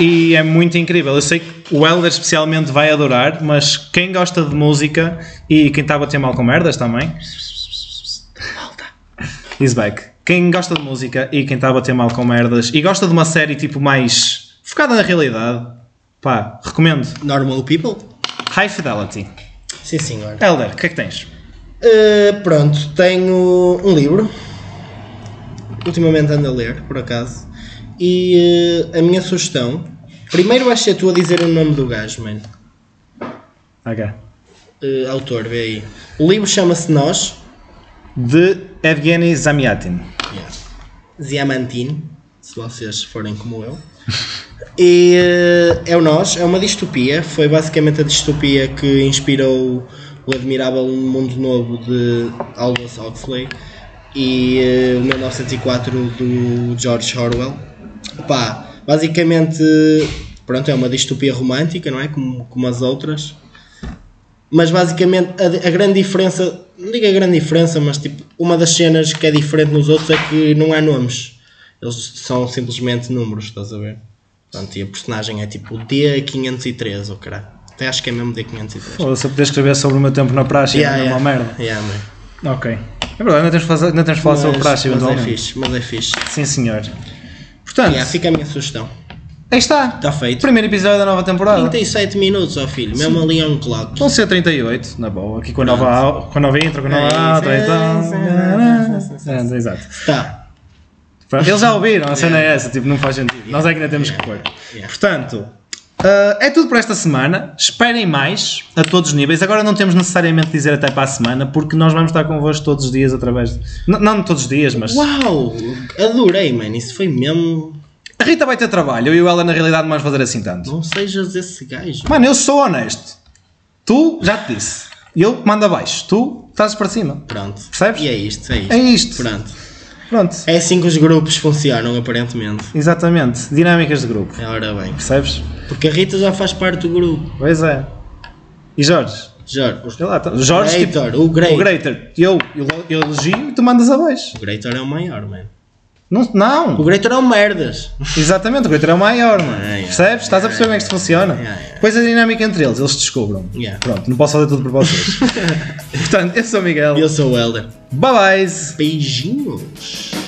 S2: E é muito incrível. Eu sei que o Helder especialmente vai adorar, mas quem gosta de música e quem está a bater mal com merdas também. He's back. Quem gosta de música e quem está a bater mal com merdas e gosta de uma série tipo mais focada na realidade, pá, recomendo.
S1: Normal people?
S2: High Fidelity.
S1: Sim, senhor.
S2: Helder, o que é que tens?
S1: Uh, pronto, tenho um livro. Ultimamente ando a ler, por acaso. E uh, a minha sugestão. Primeiro vais ser tu a dizer o nome do gajo, mano.
S2: Ok.
S1: Uh, autor, vê aí. O livro chama-se Nós,
S2: De Evgeny Zamiatin.
S1: yeah. Diamantino, se vocês forem como eu. E eh, é o Nós, é uma distopia, foi basicamente a distopia que inspirou o admirável Mundo Novo de Aldous Huxley e eh, o 1904 do George Orwell. Pá, basicamente, pronto, é uma distopia romântica, não é? Como, como as outras. Mas basicamente a, a grande diferença, não digo a grande diferença, mas tipo, uma das cenas que é diferente nos outros é que não há nomes. Eles são simplesmente números, estás a ver? Portanto, e a personagem é tipo D503, ou caralho. Até acho que é mesmo D503.
S2: Pô, se eu puder escrever sobre o meu tempo na praxe,
S1: Yeah,
S2: é
S1: yeah.
S2: uma merda.
S1: Yeah, man.
S2: Ok. É verdade, ainda temos de fazer- ainda temos de falar sobre praxe
S1: mas é
S2: eventualmente.
S1: fixe, mas é fixe.
S2: Sim, senhor. Portanto,
S1: Yeah, fica a minha sugestão.
S2: aí está.
S1: Está feito.
S2: Primeiro episódio da nova temporada.
S1: 37 minutos, ó filho. Mesmo ali é um clock.
S2: Vão ser 38, na boa. Aqui com a nova, com a nova intro, com a nova
S1: É,
S2: outro,
S1: sim,
S2: então. É, Exato.
S1: Tá.
S2: Pronto, Eles já ouviram, a cena é essa, tipo, não faz sentido. Nós é que ainda temos que pôr.
S1: Yeah.
S2: Portanto, ah, é tudo por esta semana. Esperem mais a todos os níveis. Agora não temos necessariamente de dizer até para a semana, porque nós vamos estar convosco todos os dias através. de- N- Não todos os dias, mas.
S1: Uau! Adorei, mano. Isso foi mesmo.
S2: A Rita vai ter trabalho, eu e ela na realidade não vamos fazer assim tanto.
S1: Não sejas esse gajo.
S2: Mano, eu sou honesto. Tu já te disse. Eu mando abaixo. Tu estás para cima.
S1: Pronto.
S2: Percebes?
S1: E é isto, é isto.
S2: É isto.
S1: Pronto.
S2: Pronto.
S1: É assim que os grupos funcionam, aparentemente.
S2: Exatamente. Dinâmicas de grupo.
S1: É ora bem.
S2: Percebes?
S1: Porque a Rita já faz parte do grupo.
S2: Pois é. E Jorge?
S1: Jorge. os-
S2: Sei lá, tá- Jorge tipo-
S1: Greater, o Greater.
S2: O Greater. Eu, eu, eu elogio e tu mandas abaixo.
S1: O Greator é o maior, mano.
S2: Não,
S1: O
S2: não.
S1: Greator é o merdas.
S2: exatamente, o Greater é o maior, mano.
S1: Ah, yeah.
S2: Percebes? Estás a perceber como é que isto funciona?
S1: Yeah, yeah.
S2: Depois a dinâmica entre eles, eles descobram.
S1: Yeah.
S2: Pronto, não posso fazer tudo por vocês. Portanto, eu sou o Miguel.
S1: Eu sou o Helder.
S2: Bye bye.
S1: Beijinhos.